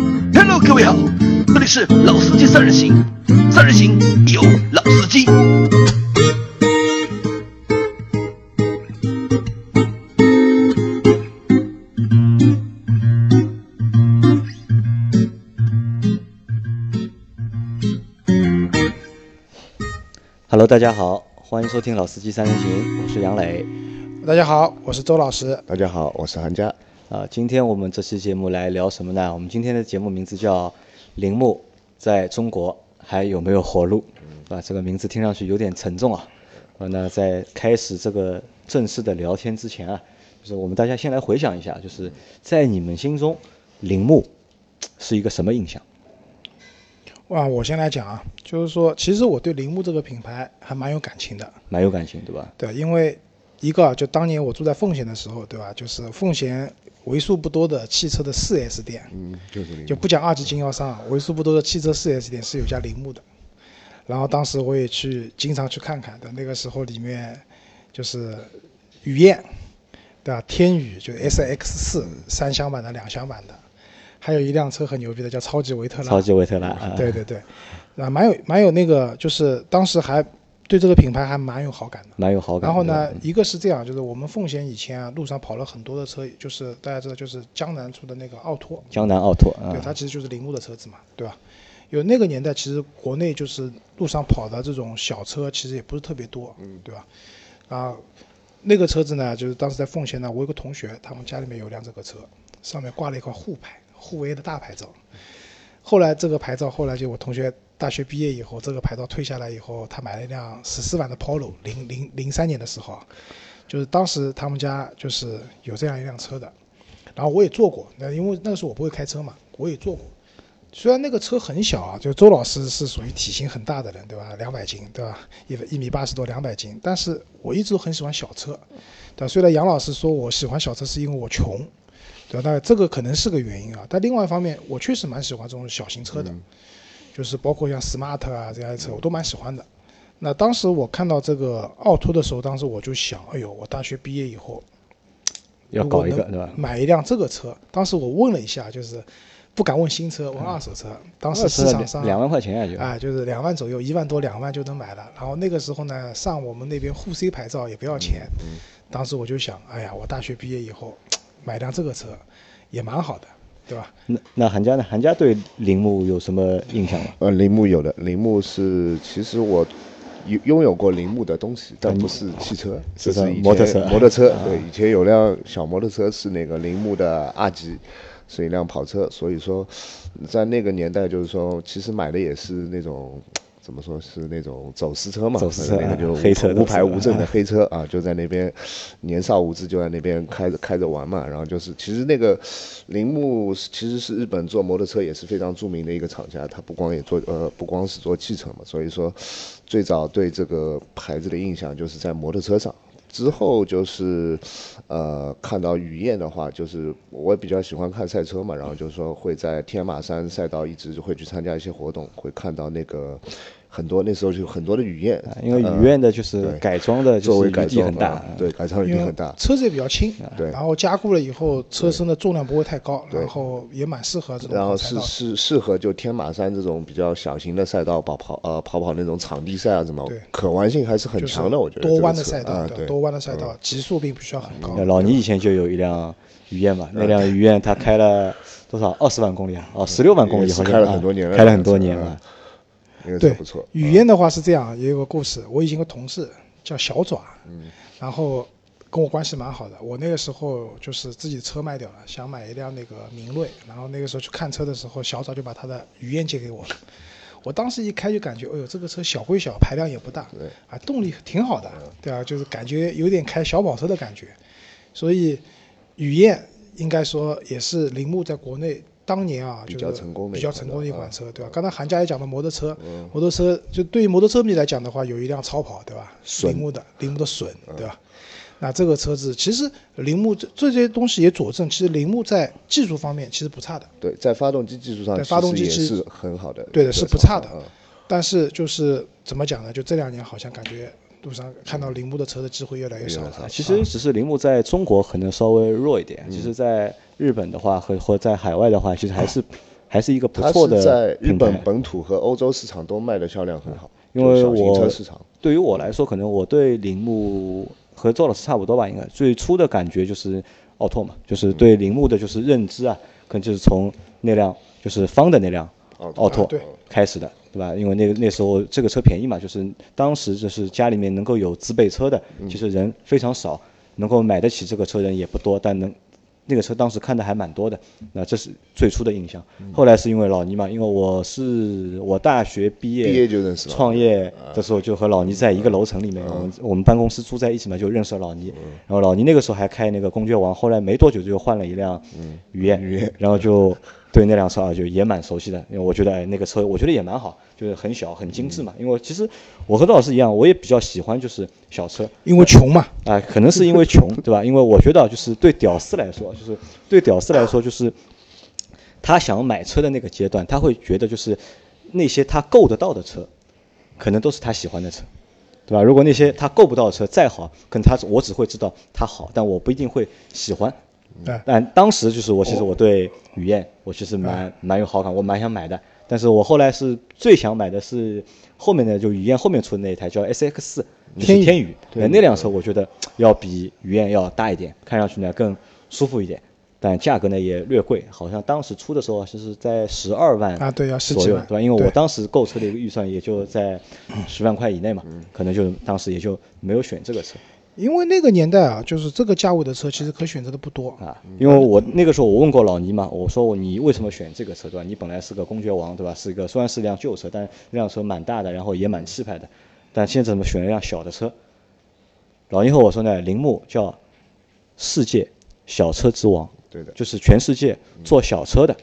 了，这里是老司机三人行，三人行有老司机。 Hello，大家好，欢迎收听《老司机三人行》，我是杨磊。大家好，我是周老师。大家好，我是韩佳。啊、今天我们这期节目来聊什么呢？我们今天的节目名字叫《铃木在中国还有没有活路》，嗯啊，这个名字听上去有点沉重啊。呃，那在开始这个正式的聊天之前啊，就是我们大家先来回想一下，就是在你们心中，铃木是一个什么印象？哇，我先来讲啊，就是说，其实我对铃木这个品牌还蛮有感情的，蛮有感情，对吧？对，因为一个啊就当年我住在奉贤的时候，对吧？就是奉贤为数不多的汽车的 4S 店，嗯，就是你。就不讲二级经销商啊，为数不多的汽车 4S 店是有家铃木的。然后当时我也去经常去看看的，那个时候里面就是雨燕，对吧？天宇就 SX 四三厢版的、两厢版的，还有一辆车很牛逼的叫超级维特拉，超级维特拉啊，对对对，啊，蛮有蛮有那个，就是当时还对这个品牌还蛮有好感的。蛮有好感的。嗯然后呢，一个是这样，就是我们奉贤以前啊，路上跑了很多的车，就是大家知道，就是江南出的那个奥拓，江南奥拓啊对，，它其实就是铃木的车子嘛，对吧？有那个年代，其实国内就是路上跑的这种小车，其实也不是特别多，对吧？啊，那个车子呢，就是当时在奉贤呢，我有个同学，他们家里面有辆这个车，上面挂了一块沪牌，沪 A 的大牌照。后来这个牌照，后来就我同学大学毕业以后，这个牌照退下来以后，他买了一辆十四万的 Polo，零零零三年的时候啊，就是当时他们家就是有这样一辆车的，然后我也坐过，那因为那个时候我不会开车嘛，我也坐过。虽然那个车很小啊，就周老师是属于体型很大的人，对吧？两百斤，对吧？一一米八十多，两百斤。但是我一直都很喜欢小车，对吧？虽然杨老师说我喜欢小车是因为我穷，对吧？那这个可能是个原因啊。但另外一方面，我确实蛮喜欢这种小型车的，就是包括像 Smart 啊这样的车，我都蛮喜欢的。那当时我看到这个奥拓的时候，当时我就想，哎呦，我大学毕业以后要如搞果一个，能对吧？买一辆这个车，当时我问了一下，就是不敢问新嗯车，问二手车。当时市场上两万块钱啊，就啊，就是两万左右，一万多两万就能买了。然后那个时候呢，上我们那边沪 C 牌照也不要钱。嗯当时我就想，哎呀，我大学毕业以后买辆这个车也蛮好的，对吧？那那韩家呢？韩家对铃木有什么印象吗？呃，铃木有的，铃木是其实我有拥有过铃木的东西，但不是汽车，是这的是以前摩托嗯车啊摩托车，对，以前有辆小摩托车是那个铃木的 R 级，是一辆跑车，所以说在那个年代就是说，其实买的也是那种。怎么说是那种走私车嘛？走私车啊那个就黑车无牌走私无证 的黑车啊，就在那边，年少无知就在那边开着开着玩嘛。然后就是，其实那个铃木是其实是日本做摩托车也是非常著名的一个厂家，它不光也做呃不光是做汽车嘛，所以说最早对这个牌子的印象就是在摩托车上。之后就是，呃，看到雨燕的话，就是我比较喜欢看赛车嘛，然后就是说会在天马山赛道一直会去参加一些活动，会看到那个很多那时候就有很多的雨燕啊，因为雨燕的就是对改装的，作就是为余改地装很大啊，对，改造余因地为很大。嗯车子也比较轻，对然后加固了以后，车身的重量不会太高，然后也蛮适合这种然后跑赛是道的。是适合就天马山这种比较小型的赛道跑跑呃跑跑那种场地赛啊什么对，可玩性还是很就是强的，我觉得多这个弯的车赛道，啊吧对，嗯多弯的赛道，极速并不需要很高那。呃老倪以前就有一辆雨燕嘛，那辆雨燕他开了多少？二十万公里啊？哦，十六万公里，嗯也好是像开了啊很多年了嗯开了很多年了。那个对车，不错。嗯语言的话是这样，也有个故事。我以前有个同事叫小爪，嗯然后跟我关系蛮好的。我那个时候就是自己车卖掉了，想买一辆那个明锐，然后那个时候去看车的时候，小爪就把他的语言借给我了。我当时一开就感觉，哎呦，这个车小归小，排量也不大，啊，动力挺好的，嗯对啊，就是感觉有点开小跑车的感觉。所以雨燕应该说也是铃木在国内当年啊，比就是较成功的一嗯比较款成车功的一款啊车，对吧？刚才韩佳也讲到摩托车，摩托车就对于摩托车迷来讲的话，有一辆超跑，对吧？铃木的铃木的隼，嗯对吧？那这个车子其实铃木这这些东西也佐证，其实铃木在技术方面其实不差的，对，在发动机技术上，对其发动实机也是是很好的，对的，是不差的嗯。但是就是怎么讲呢？就这两年好像感觉路上看到铃木的车的机会越来越少了。啊啊其实只是铃木在嗯中国可能稍微弱一点，其实在日本的话和和在海外的话，其实还是还是一个不嗯它错是的在日品本牌。嗯本土和欧洲市场都卖的销量很好，因为就小型我车市场。对于我来说，可能我对铃木和周老师差不多吧，应该最初的感觉就是奥拓嘛，嗯就是对铃木的就是认知啊，可能就是从那辆就是方的那辆奥拓嗯奥拓啊对开始的，对吧？因为那个那时候这个车便宜嘛，就是当时就是家里面能够有自备车的，嗯其实人非常少，能够买得起这个车人也不多，但能。那个车当时看的还蛮多的，那这是最初的印象。嗯后来是因为老倪嘛，因为我是我大学毕业毕业就认识了创业的时候就和老倪在一个楼层里面，我们我们办公室住在一起嘛，就认识了老倪。然后老倪那个时候还开那个公爵王，后来没多久就换了一辆雨燕，然后就对那辆车啊就也蛮熟悉的，因为我觉得哎那个车我觉得也蛮好，就是很小很精致嘛。因为其实我和周老师一样，我也比较喜欢就是小车，因为穷嘛，啊、可能是因为穷，对吧？因为我觉得啊就是对屌丝来说，啊就是对屌丝来说，就是他想买车的那个阶段，他会觉得就是那些他够得到的车，可能都是他喜欢的车，对吧？如果那些他够不到的车再好，可能他我只会知道它好，但我不一定会喜欢。哎，但当时就是我，其哦实我对雨燕，我其实嗯蛮蛮有好感，我蛮想买的。但是我后来是最想买的是后面的，就雨燕后面出的那一台叫 S X 四，就是天宇，哎那辆车我觉得要比雨燕要大一点，看上去呢更舒服一点，但价格呢也略贵，好像当时出的时候就是在十二万啊对要十几左右万对吧？因为我对当时购车的一个预算也就在十万块以内嘛，嗯可能就当时也就没有选这个车。因为那个年代啊，就是这个价位的车其实可选择的不多，啊，嗯因为我那个时候我问过老倪嘛，我说我你为什么选这个车对吧？你本来是个公爵王对吧？是一个虽然是辆旧车，但那辆车蛮大的，然后也蛮气派的，但现在怎么选了辆小的车？老倪和我说呢，铃木叫世界小车之王，对的嗯就是全世界做小车的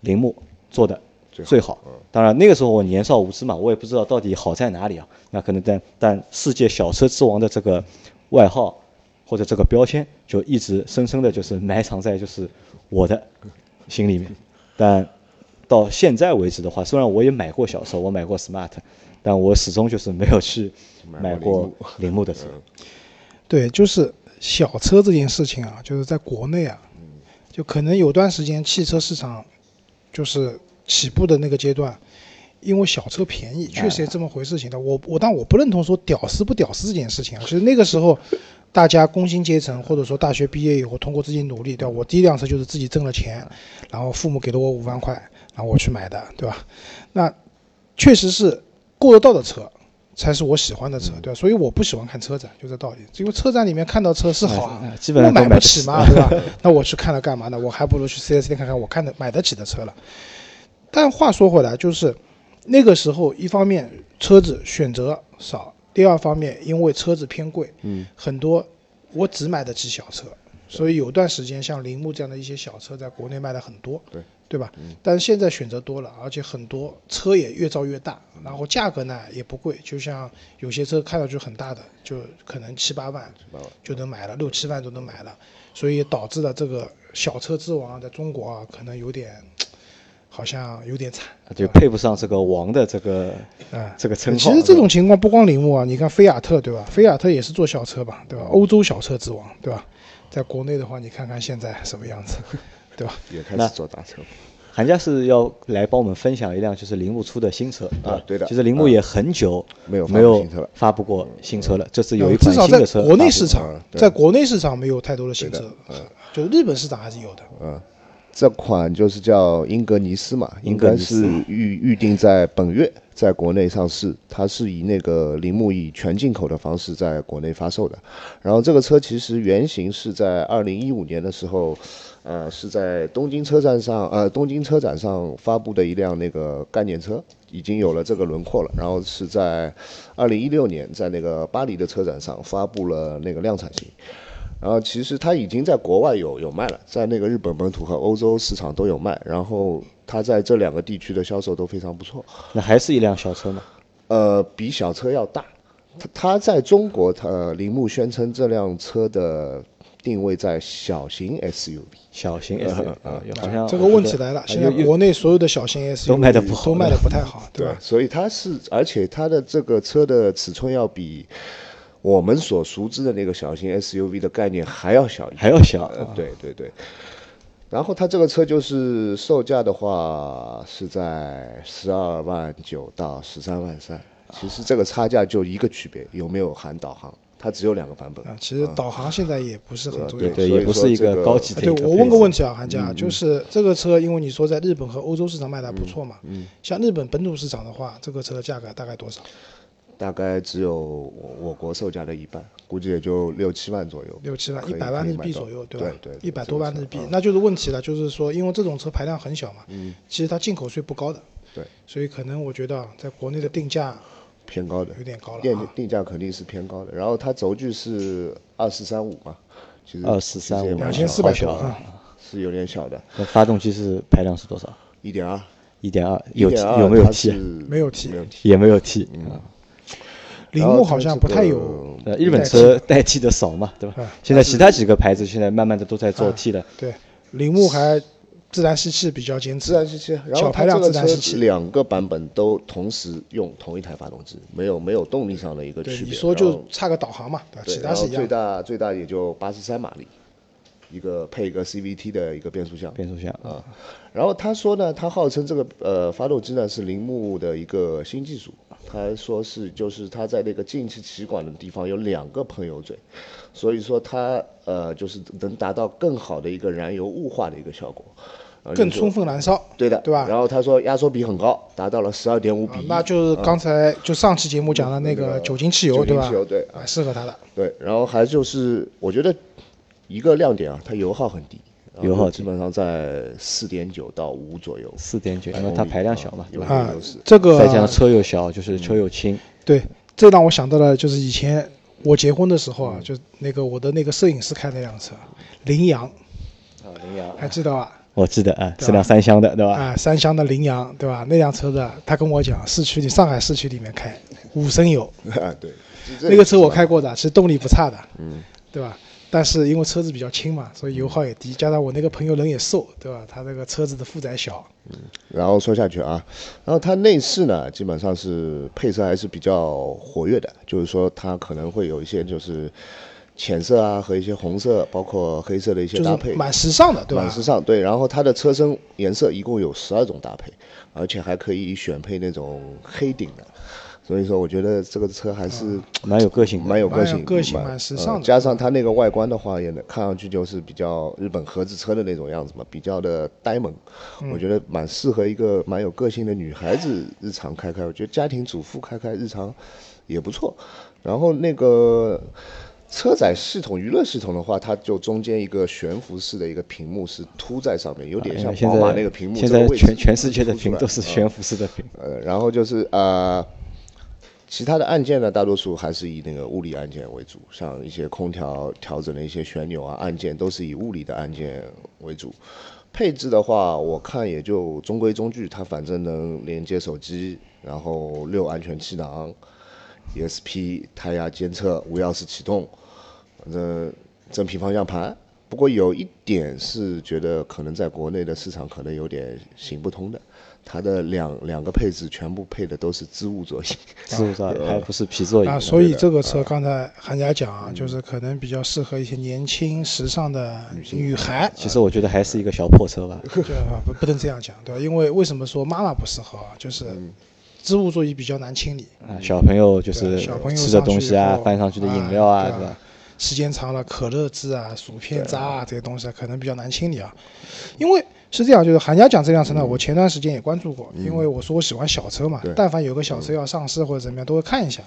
铃木做的最好最好。当然那个时候我年少无知嘛，我也不知道到底好在哪里啊。那可能但但世界小车之王的这个外号或者这个标签，就一直深深的就是埋藏在就是我的心里面。但到现在为止的话，虽然我也买过小车，我买过 smart，但我始终就是没有去买买过过铃木的车。对，就是小车这件事情啊，就是在国内啊，就可能有段时间汽车市场就是起步的那个阶段，因为小车便宜，确实也这么回事情的。我我但我不认同说屌丝不屌丝这件事情啊，其实那个时候。大家工薪阶层，或者说大学毕业以后，通过自己努力，对吧？我第一辆车就是自己挣了钱，然后父母给了我五万块，然后我去买的，对吧？那确实是够得到的车，才是我喜欢的车，嗯对吧？所以我不喜欢看车展，就这道理。因为车展里面看到车是好啊哎哎，基本上我都买买不不起起 嘛，对吧？那我去看了干嘛呢？我还不如去 4S 店看看我看的买得起的车了。但话说回来，就是那个时候，一方面车子选择少，第二方面因为车子偏贵，嗯，很多我只买得起小车，所以有段时间像铃木这样的一些小车在国内卖的很多，对对吧？嗯但是现在选择多了，而且很多车也越造越大，然后价格呢也不贵，就像有些车看上去很大的，就可能七八万就能买了，六七万都能买了，所以导致了这个小车之王在中国啊，可能有点好像有点惨，就配不上这个王的这个、这个称号。哎其实这种情况不光铃木啊，你看菲亚特对吧？菲亚特也是做小车吧，对吧？欧洲小车之王对吧？在国内的话，你看看现在什么样子，对吧？也开始做大车，韩家是要来帮我们分享一辆就是铃木出的新车吧啊对的其实铃木也很久没有发布没有新车了嗯发布过新车了，这次有一嗯至款少新在的车。啊国内市，场嗯，对在国内市场没有太多的新车，就日本市场还是有的。嗯。这款就是叫英格尼斯嘛，英应格尼该斯是预预定在本月在国内上市。它是以那个铃木以全进口的方式在国内发售的。然后这个车其实原型是在二零一五年的时候，呃，是在东京车站上，呃，东京车展上发布的一辆那个概念车，已经有了这个轮廓了。然后是在二零一六年在那个巴黎的车展上发布了那个量产型。然后呃其实它已经在国外有有卖了，在那个日本本土和欧洲市场都有卖，然后它在这两个地区的销售都非常不错，那还是一辆小车嘛？呃，比小车要大。它它在中国，它呃铃木宣称这辆车的定位在小型 SUV，小型嗯 SUV 啊，好像这个问题来了，现在国内所有的小型 SUV 啊都卖得不好都卖得不太好，对吧？啊所以它是，而且它的这个车的尺寸要比我们所熟知的那个小型 SUV 的概念还要小一点，还要小呃啊呃对对对，然后它这个车就是售价的话是在十二万九到十三万三，其实这个差价就一个区别，有没有含导航？它只有两个版本啊，其实导航现在也不是很重要。嗯对嗯对，也不是一个高级啊，的一对个配置。我问个问题啊，韩佳，就是这个车，因为你说在日本和欧洲市场卖的还不错嘛，嗯像日本本土市场的话，这个车的价格大概多少？大概只有我我国售价的一半，估计也就六七万左右，六七万，可一以百万可以日买币到左右，对吧？对，一百多万日币这个车，啊嗯那就是问题了，就是说，因为这种车排量很小嘛，其实它进口税不高的，对，所以可能我觉得啊，在国内的定价嗯偏高的有，点高了定啊，定价肯定是偏高的。然后它轴距是二四三五嘛，其实2435其实也蛮两小千的四百小多了啊，是有点小的，那发动机是排量是多少？一点二，一点二，有1.2有没有啊它是嗯 T？没有 T 没有 T。也没有 T 啊。铃然木后好它像这不太个有，呃，日本车代替的少嘛，对吧嗯？现在其他几个牌子现在慢慢的都在做啊 T 了。对，铃木还自然吸气比较坚持自，然吸气，然小后排它量这自个然吸气车两个版本都同时用同一台发动机，没有没有动力上的一个对，区别。你说然后就差个导航嘛，对吧？对，其他然后是一样最的。大最大也就八十三马力，一个配一个 CVT 的一个变速箱。变速箱啊，然后他说呢，他号称这个呃发动机呢是铃木的一个新技术，他说是就是他在那个进气歧管的地方有两个喷油嘴，所以说它呃就是能达到更好的一个燃油雾化的一个效果，呃更就是充分燃烧，啊对的，对吧？然后他说压缩比很高，达到了十二点五啊比一、嗯那就是刚才就上期节目讲的那个酒精汽油，酒精吧汽油？对啊，适合它的。对，然后还就是我觉得一个亮点啊，它油耗很低，然后油耗低基本上在四点九到五左右。四点九，因为它排量小嘛，对吧？啊有优势，这个再加上车又小，就是车又轻，对，这让我想到了，就是以前我结婚的时候啊，嗯就那个我的那个摄影师开的那辆车，羚羊，啊，羚羊，还记得吧？我记得啊，对吧是辆三厢的，对吧？啊，三厢的羚羊，对吧？那辆车的，他跟我讲，市区里上海市区里面开五升油， 啊，对，这那个车我开过的，其实动力不差的，嗯，对吧？但是因为车子比较轻嘛，所以油耗也低，加上我那个朋友人也瘦，对吧？他那个车子的负载小，然后说下去啊，然后它内饰呢，基本上是配色还是比较活跃的，就是说它可能会有一些就是浅色啊和一些红色，包括黑色的一些就搭是配，蛮时尚的，对吧蛮？时尚，对。然后它的车身颜色一共有十二种搭配，而且还可以选配那种黑顶的，所以说我觉得这个车还是蛮有个性的，蛮有嗯个蛮有性、个性蛮蛮时尚的呃加上它那个外观的话，也能看上去就是比较日本合资车的那种样子嘛，比较的呆萌，嗯我觉得蛮适合一个蛮有个性的女孩子日常开开。我觉得家庭主妇开开日常也不错。然后那个车载系统、娱乐系统的话，它就中间一个悬浮式的一个屏幕是凸在上面，有点因像为哎现宝马在那个屏幕现这个在位置全全世界的凸出屏来都是嗯悬浮式的屏，呃，然后就是呃，其他的按键呢，大多数还是以那个物理按键为主，像一些空调调整的一些旋钮啊、按键都是以物理的按键为主。配置的话，我看也就中规中矩，它反正能连接手机，然后六安全气囊，ESP 胎压监测，无钥匙启动，反正真皮方向盘。不过有一点是觉得可能在国内的市场可能有点行不通的，它的两两个配置全部配的都是织 物座椅，是不是啊？还不是皮座椅啊，呢，所以这个车刚才韩家讲嗯啊，就是可能比较适合一些年轻时尚的女孩，其实我觉得还是一个小破车吧，对啊，不不能这样讲，对吧？因为为什么说妈妈不适合啊？就是嗯织物座椅比较难清理，啊，小朋友就对是啊小朋友吃上的去东西以啊，后翻上去的饮料啊，哎对对吧？？时间长了，可乐渍啊、薯片渣啊这些东西啊可能比较难清理啊。因为是这样，就是韩家讲这嗯辆车呢，我前段时间也关注过，因为我说我喜欢小车嘛，但凡有个小嗯车要上市或者怎么样，都会看一下。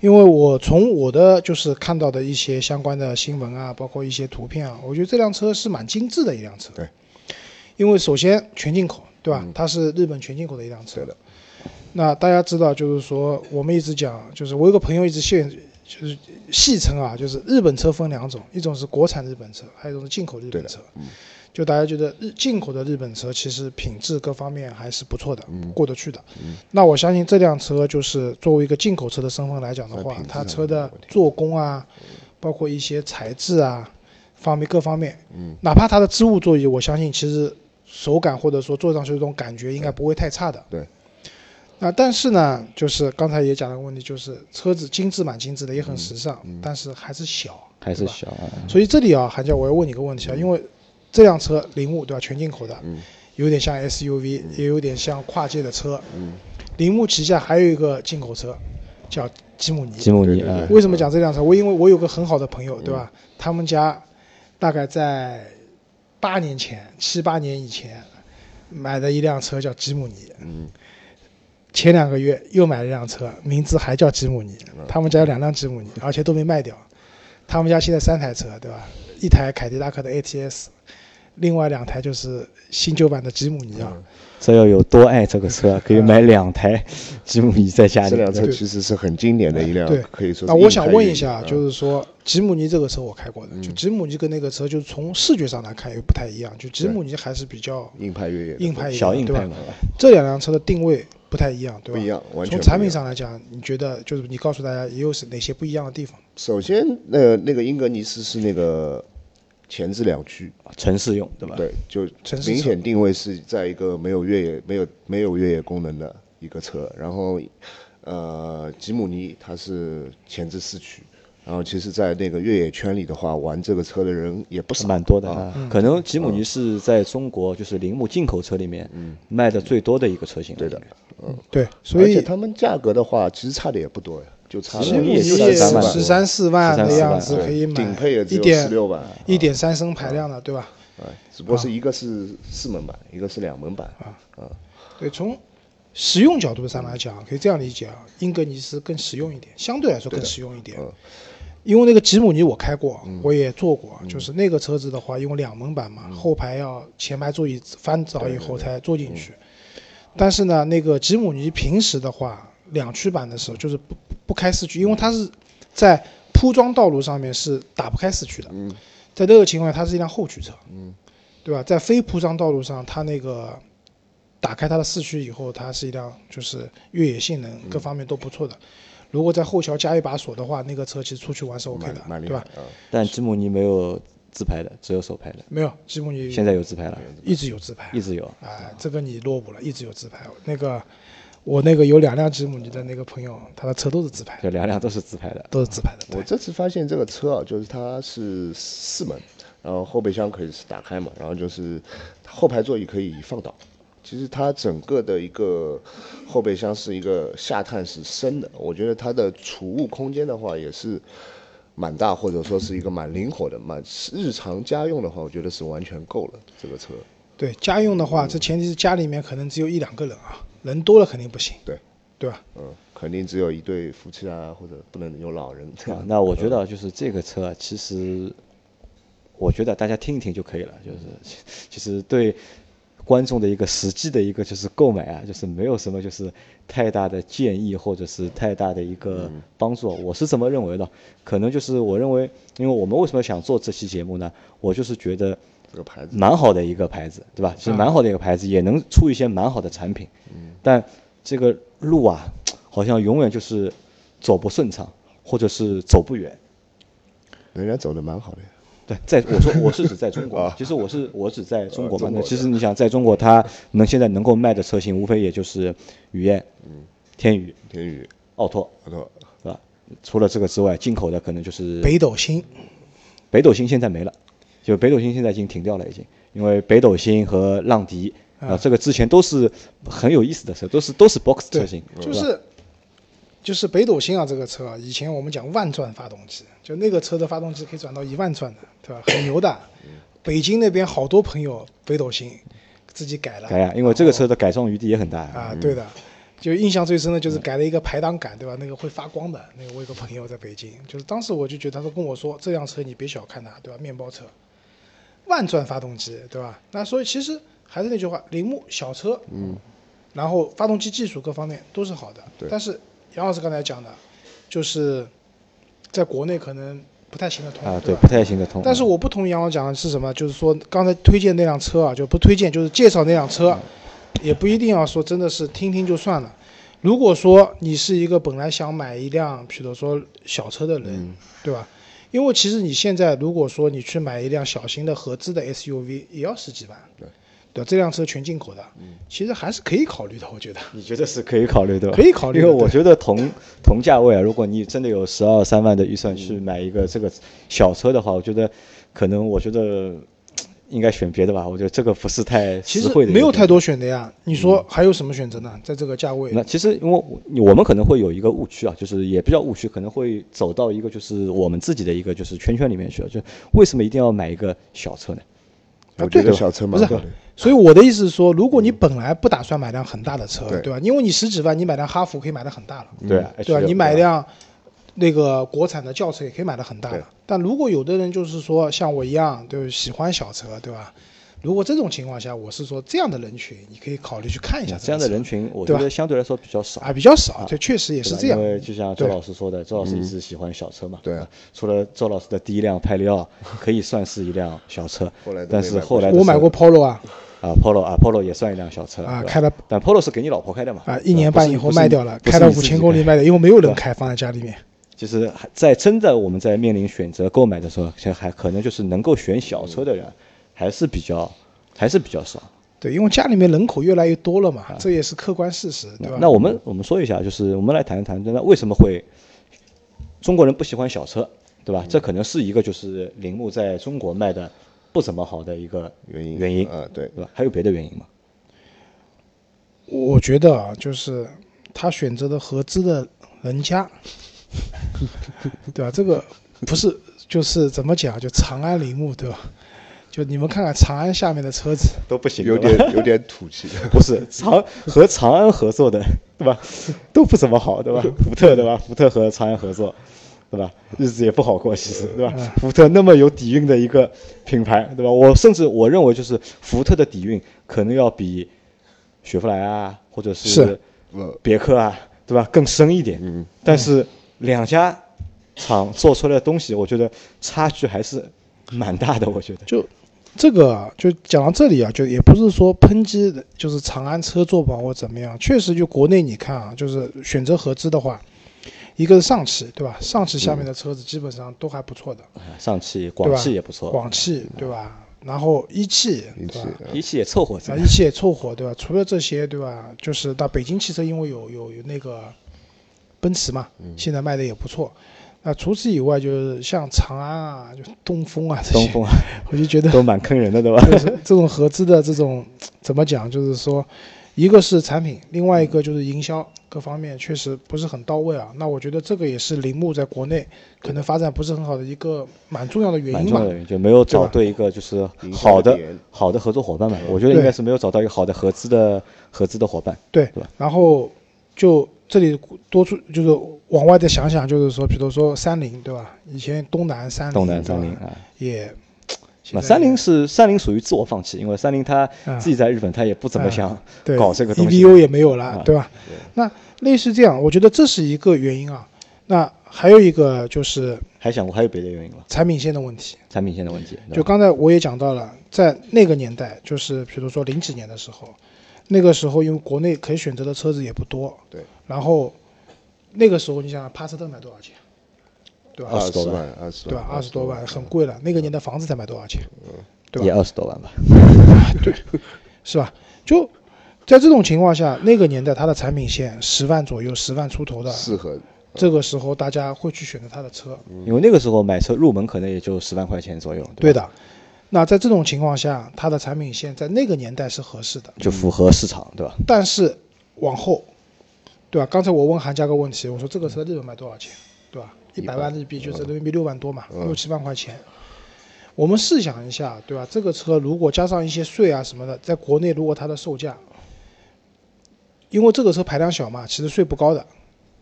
因为我从我的就是看到的一些相关的新闻啊，包括一些图片啊，我觉得这辆车是蛮精致的一辆车。对，因为首先全进口，对嗯吧？它是日本全进口的一辆车。的。那大家知道，就是说我们一直讲，就是我有个朋友一直现就是戏称啊，就是日本车分两种，一种是国产日本车，还有一种是进口日本车。就大家觉得日进口的日本车其实品质各方面还是不错的，过得去的。那我相信这辆车就是作为一个进口车的身份来讲的话，它车的做工啊，包括一些材质啊方面各方面，哪怕它的织物座椅，我相信其实手感或者说坐上去这种感觉应该不会太差的。对。那但是呢，就是刚才也讲了个问题，就是车子精致蛮精致的，也很时尚，但是还是小，还是对吧小啊，所以这里啊，韩教，我要问你个问题啊，因为这辆车铃木对吧，全进口的，有点像 SUV，也有点像跨界的车。铃木旗下还有一个进口车，叫吉姆尼。吉姆尼对对啊，为什么讲这辆车？我因为我有个很好的朋友，对吧？他们家大概在八年前、七八年以前买的一辆车叫吉姆尼。嗯。前两个月又买了一辆车，名字还叫吉姆尼。他们家有两辆吉姆尼，而且都没卖掉。他们家现在三台车，对吧？一台凯迪拉克的 ATS，另外两台就是新旧版的吉姆尼啊。这要有多爱这个车啊，可以买两台 吉姆尼在家里这。辆车对其实是很经典的一辆对，可以说是硬那开运。我想问一下，嗯就是说吉姆尼这个车我开过的，就吉姆尼跟那个车，就是从视觉上来看又不太一样，就吉姆尼还是比较嗯硬派越野的硬派一小点，硬对派吧？嘛，这两辆车的定位不太一样，对吧？不一样，完从全不产一品样上来讲，你觉得就是你告诉大家也有是哪些不一样的地方？首先，呃，那个英格尼斯是那个前置两驱，城市用对吧？对，就城市明啊车显定位是在一个没有越野、没有没有越野功能的一个车。然后，呃，吉姆尼它是前置四驱。然后，其实，在那个越野圈里的话，玩这个车的人也不少，蛮多的啊，可能吉姆尼是在中国就是铃木进口车里面卖的最多的一个车嗯型。对的，嗯，对，所而且以他们价格的话，其实差的也不多呀，就差了吉姆尼也就吉姆13尼13万十三四万的样子可以买，顶配也只一有点十六万，啊一点三升排量的，对吧？哎，只不过是一个是四门版，一个是两门版，啊对，从实用角度上来讲，可以这样理解啊，英格尼斯更实用一点，相对来说更实用一点。因为那个吉姆尼我开过，我也坐过，就是那个车子的话，因为两门版嘛，后排要前排座椅翻着以后才坐进去。但是呢，那个吉姆尼平时的话，两驱版的时候就是不不不开四驱，因为它是在铺装道路上面是打不开四驱的。在这个情况下，它是一辆后驱车。对吧？在非铺装道路上，它那个打开它的四驱以后，它是一辆就是越野性能各方面都不错的。如果在后桥加一把锁的话，那个车其实出去玩是 OK 蛮的，蛮厉对害吧？啊。但吉姆尼没有自排的，只有手排的。没有，吉姆尼嗯现在有自排了，一直有自排，一直有。啊、这个你落伍了，一直有自排。那个我那个有两辆吉姆尼的那个朋友，他的车都是自排，就两辆都是自排的，都是自排的。我对，这次发现这个车啊，就是它是四门，然后后备箱可以是打开嘛，然后就是后排座椅可以放倒。其实它整个的一个后备箱是一个下探式深的，我觉得它的储物空间的话也是蛮大，或者说是一个蛮灵活的，蛮日常家用的话，我觉得是完全够了这个车。对，家用的话，这前提是家里面可能只有一两个人啊，人多了肯定不行，对，对吧？嗯，肯定只有一对夫妻啊，或者不能有老人这啊嗯样。，那我觉得啊就是这个车啊，其实我觉得大家听一听就可以了，就是其其实对观众的一个实际的一个就是购买啊，就是没有什么就是太大的建议或者是太大的一个帮助啊。我是这么认为的，可能就是我认为，因为我们为什么想做这期节目呢？我就是觉得。这个牌子呃蛮好的一个牌子，对吧？其实蛮好的一个牌子，也能出一些蛮好的产品，但这个路啊，好像永远就是走不顺畅，或者是走不远。人家走的蛮好的呀。对，在我说我是指在中国 啊，其实我是我只在中国嘛。那其实你想，在中国它能现在能够卖的车型，无非也就是雨燕、天宇、天宇，奥拓，啊我说对吧？除了这个之外，进口的可能就是北斗星，北斗星现在没了，就北斗星现在已经停掉了，已经，因为北斗星和浪迪啊、这个之前都是很有意思的车，都是都是 box 车型，就吧是就是北斗星啊，这个车啊以前我们讲万转发动机，就那个车的发动机可以转到一万转的，对吧？很牛的。嗯北京那边好多朋友北斗星自己改了，改呀、啊因为这个车的改装余地也很大啊。啊，对的。就印象最深的嗯就是改了一个排挡杆，对吧？那个会发光的，那个我有个朋友在北京，就是当时我就觉得他都跟我说，这辆车你别小看它，对吧？面包车，万转发动机，对吧？那所以其实还是那句话，铃木小车，嗯，然后发动机技术各方面都是好的，但是杨老师刚才讲的，就是在国内可能不太行得通，啊，对对，吧不太行得通。但是我不同意杨老讲的是什么？就是说刚才推荐那辆车啊，就不推荐，就是介绍那辆嗯车，也不一定要说真的是听听就算了。如果说你是一个本来想买一辆，比如说小车的人，嗯对吧？因为其实你现在如果说你去买一辆小型的合资的 SUV，也要十几万，对吧？这辆车全进口的，嗯其实还是可以考虑的，我觉得。你觉得是可以考虑的吧？可以考虑的因为我觉得同同价位啊，如果你真的有十二三万的预算去买一个这个小车的话，我觉得可能我觉得应该选别的吧？我觉得这个不是太其实实惠的。没有太。多选的呀。你嗯说还有什么选择呢？在这个价位，那其实因为我我们可能会有一个误区啊，就是也不叫误区，可能会走到一个就是我们自己的一个就是圈圈里面去了。就为什么一定要买一个小车呢？我觉对得小车不蛮是好的。所以我的意思是说，如果你本来不打算买辆很大的车，对对吧？因为你十几万，你买辆哈弗可以买的很大了，对啊，嗯对吧？ HL 你买一辆那个国产的轿车也可以买的很大对了。但如果有的人就是说像我一样，对吧喜欢小车，对吧？如果这种情况下，我是说这样的人群，你可以考虑去看一下嗯这样的个车人群，我对觉吧得相对来说比较少。啊比较少啊，对，确实也是对吧这样因。为就像周对嗯老师说的，周老师也是喜欢小车嘛。对啊，除了周老师的第一辆派利奥可以算是一辆小 车后来，都但没是买过后来的我买车过 Polo 啊，啊 Polo 啊 Polo 也算一辆小车啊对吧开了但 Polo 是给你老婆开的嘛？啊，对吧一年不是半以后不是卖你掉了，不是开到你五自己千公里开卖掉，因为没有人开，放在家里面。就是还在真的我们在面临选择购买的时候，其实还可能就是能够选小车的人还是比较还是比较少。对，因为家里面人口越来越多了嘛，这也是客观事实，对吧？啊那我们我们说一下，就是我们来谈一谈，那为什么会中国人不喜欢小车，对吧？这可能是一个就是铃木在中国卖的不怎么好的一个原因原因啊对对吧？还有别的原因吗？我觉得啊，就是他选择的合资的 人家，对吧？这个不是就是怎么讲？就长安铃木，对吧？就你们看看长安下面的车子，都不行，有点有点土 气。不是长和长安合作的，对吧？ 都不怎么好，对吧？福特对吧？福特和长安合作，对吧？日子也不好过，其实对哎吧？福特那么有底蕴的一个品牌，对吧？我甚至我认为就是福特的底蕴可能要比雪佛兰啊，或者是呃别克啊，对吧？更深一点。嗯。但是两家厂做出来的东西，我觉得差距还是蛮大的，我觉得。就这个啊就讲到这里啊，就也不是说抨击的就是长安车做不好或怎么样，确实就国内你看啊，就是选择合资的话，一个是上汽，对吧？上汽下面的车子基本上都还不错的，啊上汽、哎对嗯广吧？汽也不错，广汽对吧？然后一汽，一对起吧？一汽也凑合着啊，。一汽也凑合，对吧？除了这些，对吧？就是到北京汽车，因为有有有那个奔驰嘛，嗯现在卖的也不错。那除此以外，就是像长安啊、就东风啊这东些，风啊，我就觉得 都蛮坑人的，对吧？就是这种合资的这种怎么讲，就是说，一个是产品，另外一个就是营销各方面确实不是很到位啊。那我觉得这个也是铃木在国内可能发展不是很好的一个蛮重要的原蛮因重吧要。的原因，就没有对找吧对一个就是营销好的的点好的合作伙伴吧。我觉得应该是没有找到一个好的合资的合资的伙伴。对对吧，然后就这里多出就是往外再想想，就是说，比如说三菱，对吧？以前东南三菱，东南对吧三菱啊，也，那现在三菱是三菱属于自我放弃，因为三菱它嗯自己在日本它也不怎么想啊对搞这个东西。啊 EBU 也没有了，对吧？那类似这样，我觉得这是一个原因啊。那还有一个就是还想过还有别的原因吗？产品线的问题，产品线的问题，对就吧刚才我也讲到了，在那个年代，就是比如说零几年的时候，那个时候因为国内可以选择的车子也不多，对，然后那个时候你想想帕萨特买多少钱，对吧？啊二20十多万万，二十对吧？二十多万很贵了，那个年代房子才买多少钱，对吧也二十多万吧。是吧？就在这种情况下，那个年代它的产品线十万左右、十万出头的，适合这个时候大家会去选择它的车，因为那个时候买车入门可能也就十万块钱左右，嗯对吧，的。那在这种情况下，它的产品线在那个年代是合适的，就符合市场，对吧？但是往后，对吧？刚才我问韩家个问题，我说这个车在日本卖多少钱，对吧？一百万日嗯币就是人民币六万多嘛，六七万块钱。我们试想一下，对吧？这个车如果加上一些税啊什么的，在国内如果它的售价，因为这个车排量小嘛，其实税不高的，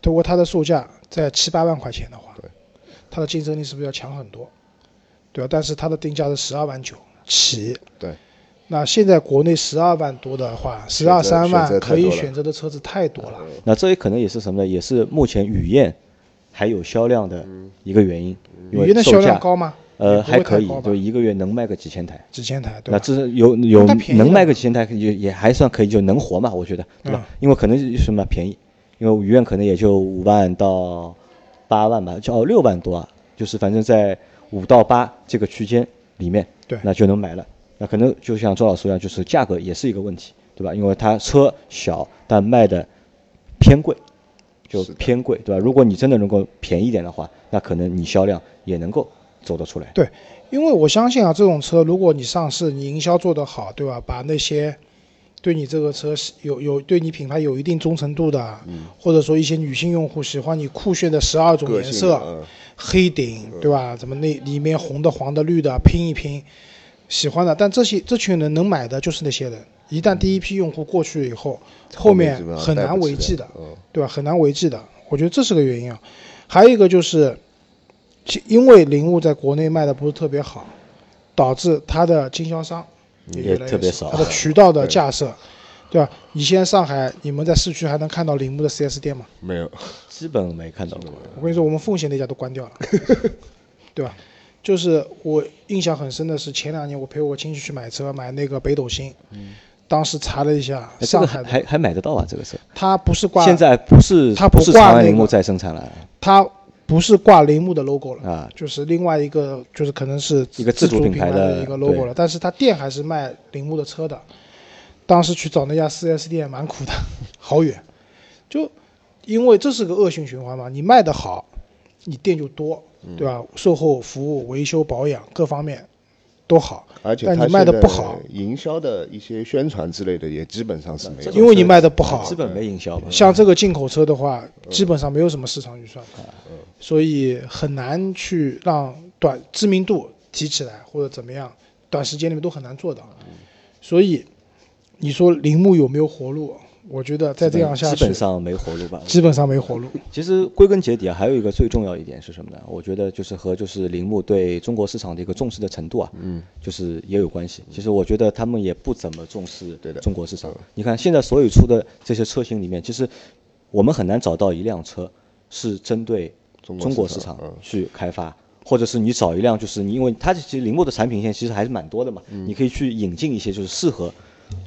如果它的售价在七八万块钱的话，它的竞争力是不是要强很多？对吧？但是它的定价是十二万九起，对。那现在国内十二万多的话，十二三选择万太多可了以选择的车子太多了，那这也可能也是什么呢？也是目前雨燕还有销量的一个原因，因语为嗯言的售销价量高吗？也呃，不会还可太以高，吧就一个月能卖个几千台。几千台，对那吧？这是有有它便宜啊能了卖嘛个几千台，也也还算可以，就能活嘛，我觉得，对嗯吧？因为可能就是什么便宜，因为五院可能也就五万到八万吧，就哦六万多啊，就是反正在五到八这个区间里面，对那就能买了。那可能就像周老师一样，就是价格也是一个问题，对吧？因为它车小，但卖的偏贵，就是的偏贵，对吧？如果你真的能够便宜一点的话，那可能你销量也能够走得出来。对，因为我相信啊，这种车如果你上市，你营销做得好，对吧？把那些对你这个车是有有对你品牌有一定忠诚度的，啊或者说一些女性用户喜欢你酷炫的十二种个颜性的色，嗯黑顶，对吧？怎么那里面红的、黄的、绿的拼一拼，喜欢的。但这些这群人能买的就是那些人。一旦第一批用户过去以后，后面嗯基本上很带难不维起系来的。嗯对吧？很难维系的。我觉得这是个原因啊。还有一个就是，其因为铃木在国内卖的不是特别好，导致它的经销商也越来越特别少它的渠道的对架设，对吧？你现在上海，你们在市区还能看到铃木的 4S 店吗？没有，基本没看到过。我跟你说，我们奉贤那家都关 掉了，对吧？就是我印象很深的是，前两年我陪我亲戚去买车，买那个北斗星，当时查了一下，嗯哎这上个还海的还还买得到啊？这个车它不是挂现在不是它不不是挂长安那铃木个在生产了它不是挂铃木的 logo 了啊，就是另外一个，就是可能是一个自自主主品品牌的的一个 logo 对了，但是它店还是卖铃木的车的。当时去找那家 4S 店蛮苦的， 好远，就因为这是个恶性循环嘛，你卖得好，你店就多，对吧？售后服务、维修保养各方面都好，而且但它你卖得现不在好营销的一些宣传之类的也基本上是没有的，因为你卖得不好基，本没营销吧？像这个进口车的话，基本上没有什么市场预算，所以很难去让短知名度提起来或者怎么样，短时间里面都很难做到。所以你说铃木有没有活路？我觉得再这样下去，基本上没活路吧？基本上没活路。其实归根结底啊，还有一个最重要一点是什么呢？我觉得就是和就是铃木对中国市场的一个重视的程度啊，嗯，就是也有关系。其实我觉得他们也不怎么重视嗯对的嗯中国市场。你看现在所有出的这些车型里面，其实我们很难找到一辆车是针对中国中国市市场嗯场去开发。或者是你找一辆，就是你，因为它其实铃木的产品线其实还是蛮多的嘛，嗯你可以去引进一些就是适合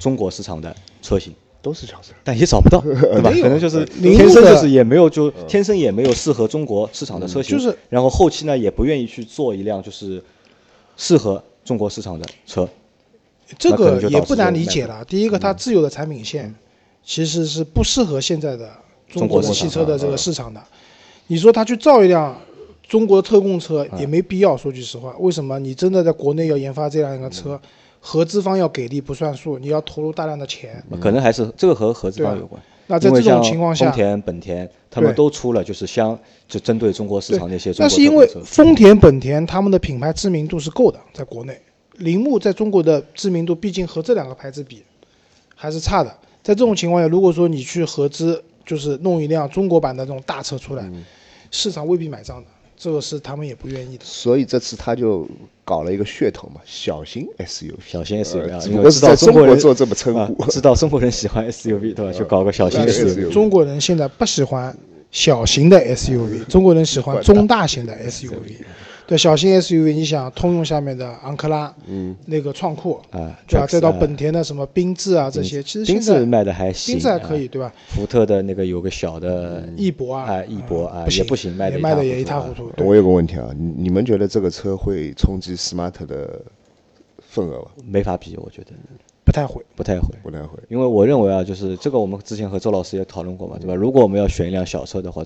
中国市场的车型。都是小事儿。但也找不 到，对吧？可能就是铃木天生呃的嗯就是也没有就天生也没有适合中国市场的车型，就是然后后期呢也不愿意去做一辆就是适合中国市场的车，这那可个能就也导致不难就理卖解不嗯了。第一个，它自有的产品线其实是不适合现在的中中国国的市场啊汽车的这个市场的。你说他去造一辆中国特供车啊也没必要，说句实话，为什么？你真的在国内要研发这样一个车，嗯合资方要给力不算数，你要投入大量的钱。可能还是这个和合资嗯对方啊有关。那在因为这种像情况下丰田、本田他们对都出了就是相就针对中国市场那些中那国是因特为供车丰田、本田他们的品牌知名度是够的，在国内，铃木在中国的知名度毕竟和这两个牌子比还是差的。在这种情况下，如果说你去合资，就是弄一辆中国版的这种大车出来，嗯市场未必买账的，这个是他们也不愿意的。所以这次他就搞了一个噱头嘛，小型 SUV，小型 SUV 呃啊，只因不为知过是道在中国国人做这么称呼啊知道中国人喜欢 SUV 呃对吧？就搞个小型啊对 SUV。 SUV 中国人现在不喜欢小型的 SUV，中国人喜欢中大型的 SUV。对，小型 SUV，你想通用下面的昂科拉，嗯，那个创酷啊对吧？ Trax 再到啊本田的什么缤智啊这些，其实缤现智在卖的还行，缤智还可以，啊对吧？福特的那个有个小的翼博啊，啊翼博啊不也行，不行卖也得卖的一也一塌塌糊糊涂。对我有个问题啊，你你们觉得这个车会冲击 Smart 的份额吗？没法比，我觉得不太会。不太会。不太会。因为我认为啊，就是这个我们之前和周老师也讨论过嘛，对吧？如果我们要选一辆小车的话，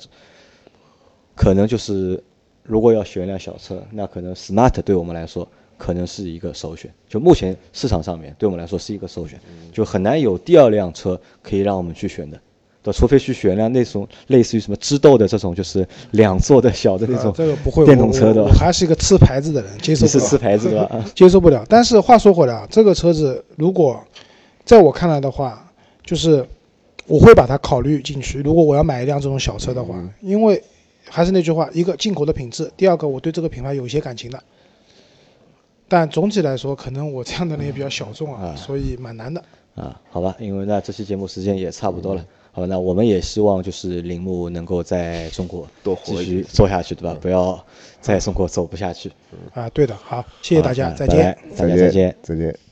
可能就是如果要选一辆小车，那可能 Smart 对我们来说可能是一个首选。就目前市场上面对我们来说是一个首选，嗯就很难有第二辆车可以让我们去选的。对，除非去选一辆那种类似于什么知豆的这种，就是两座的小的那种啊这个不会，电动车我的我我吧，还是一个吃牌子的人，接受你是不了。吃牌子的吧？ 接受不了。但是话说回来啊，这个车子如果在我看来的话，就是我会把它考虑进去。如果我要买一辆这种小车的话，嗯因为还是那句话，一个进口的品质，第二个我对这个品牌有一些感情的。但总体来说，可能我这样的人也比较小众啊，所以蛮难的。啊，好吧，因为那这期节目时间也差不多了，好吧，那我们也希望就是铃木能够在中国多活继一续做下去，对吧？嗯不要在中国走不下去。啊，对的，好，谢谢大好家，那再拜见。拜大家再见。再见。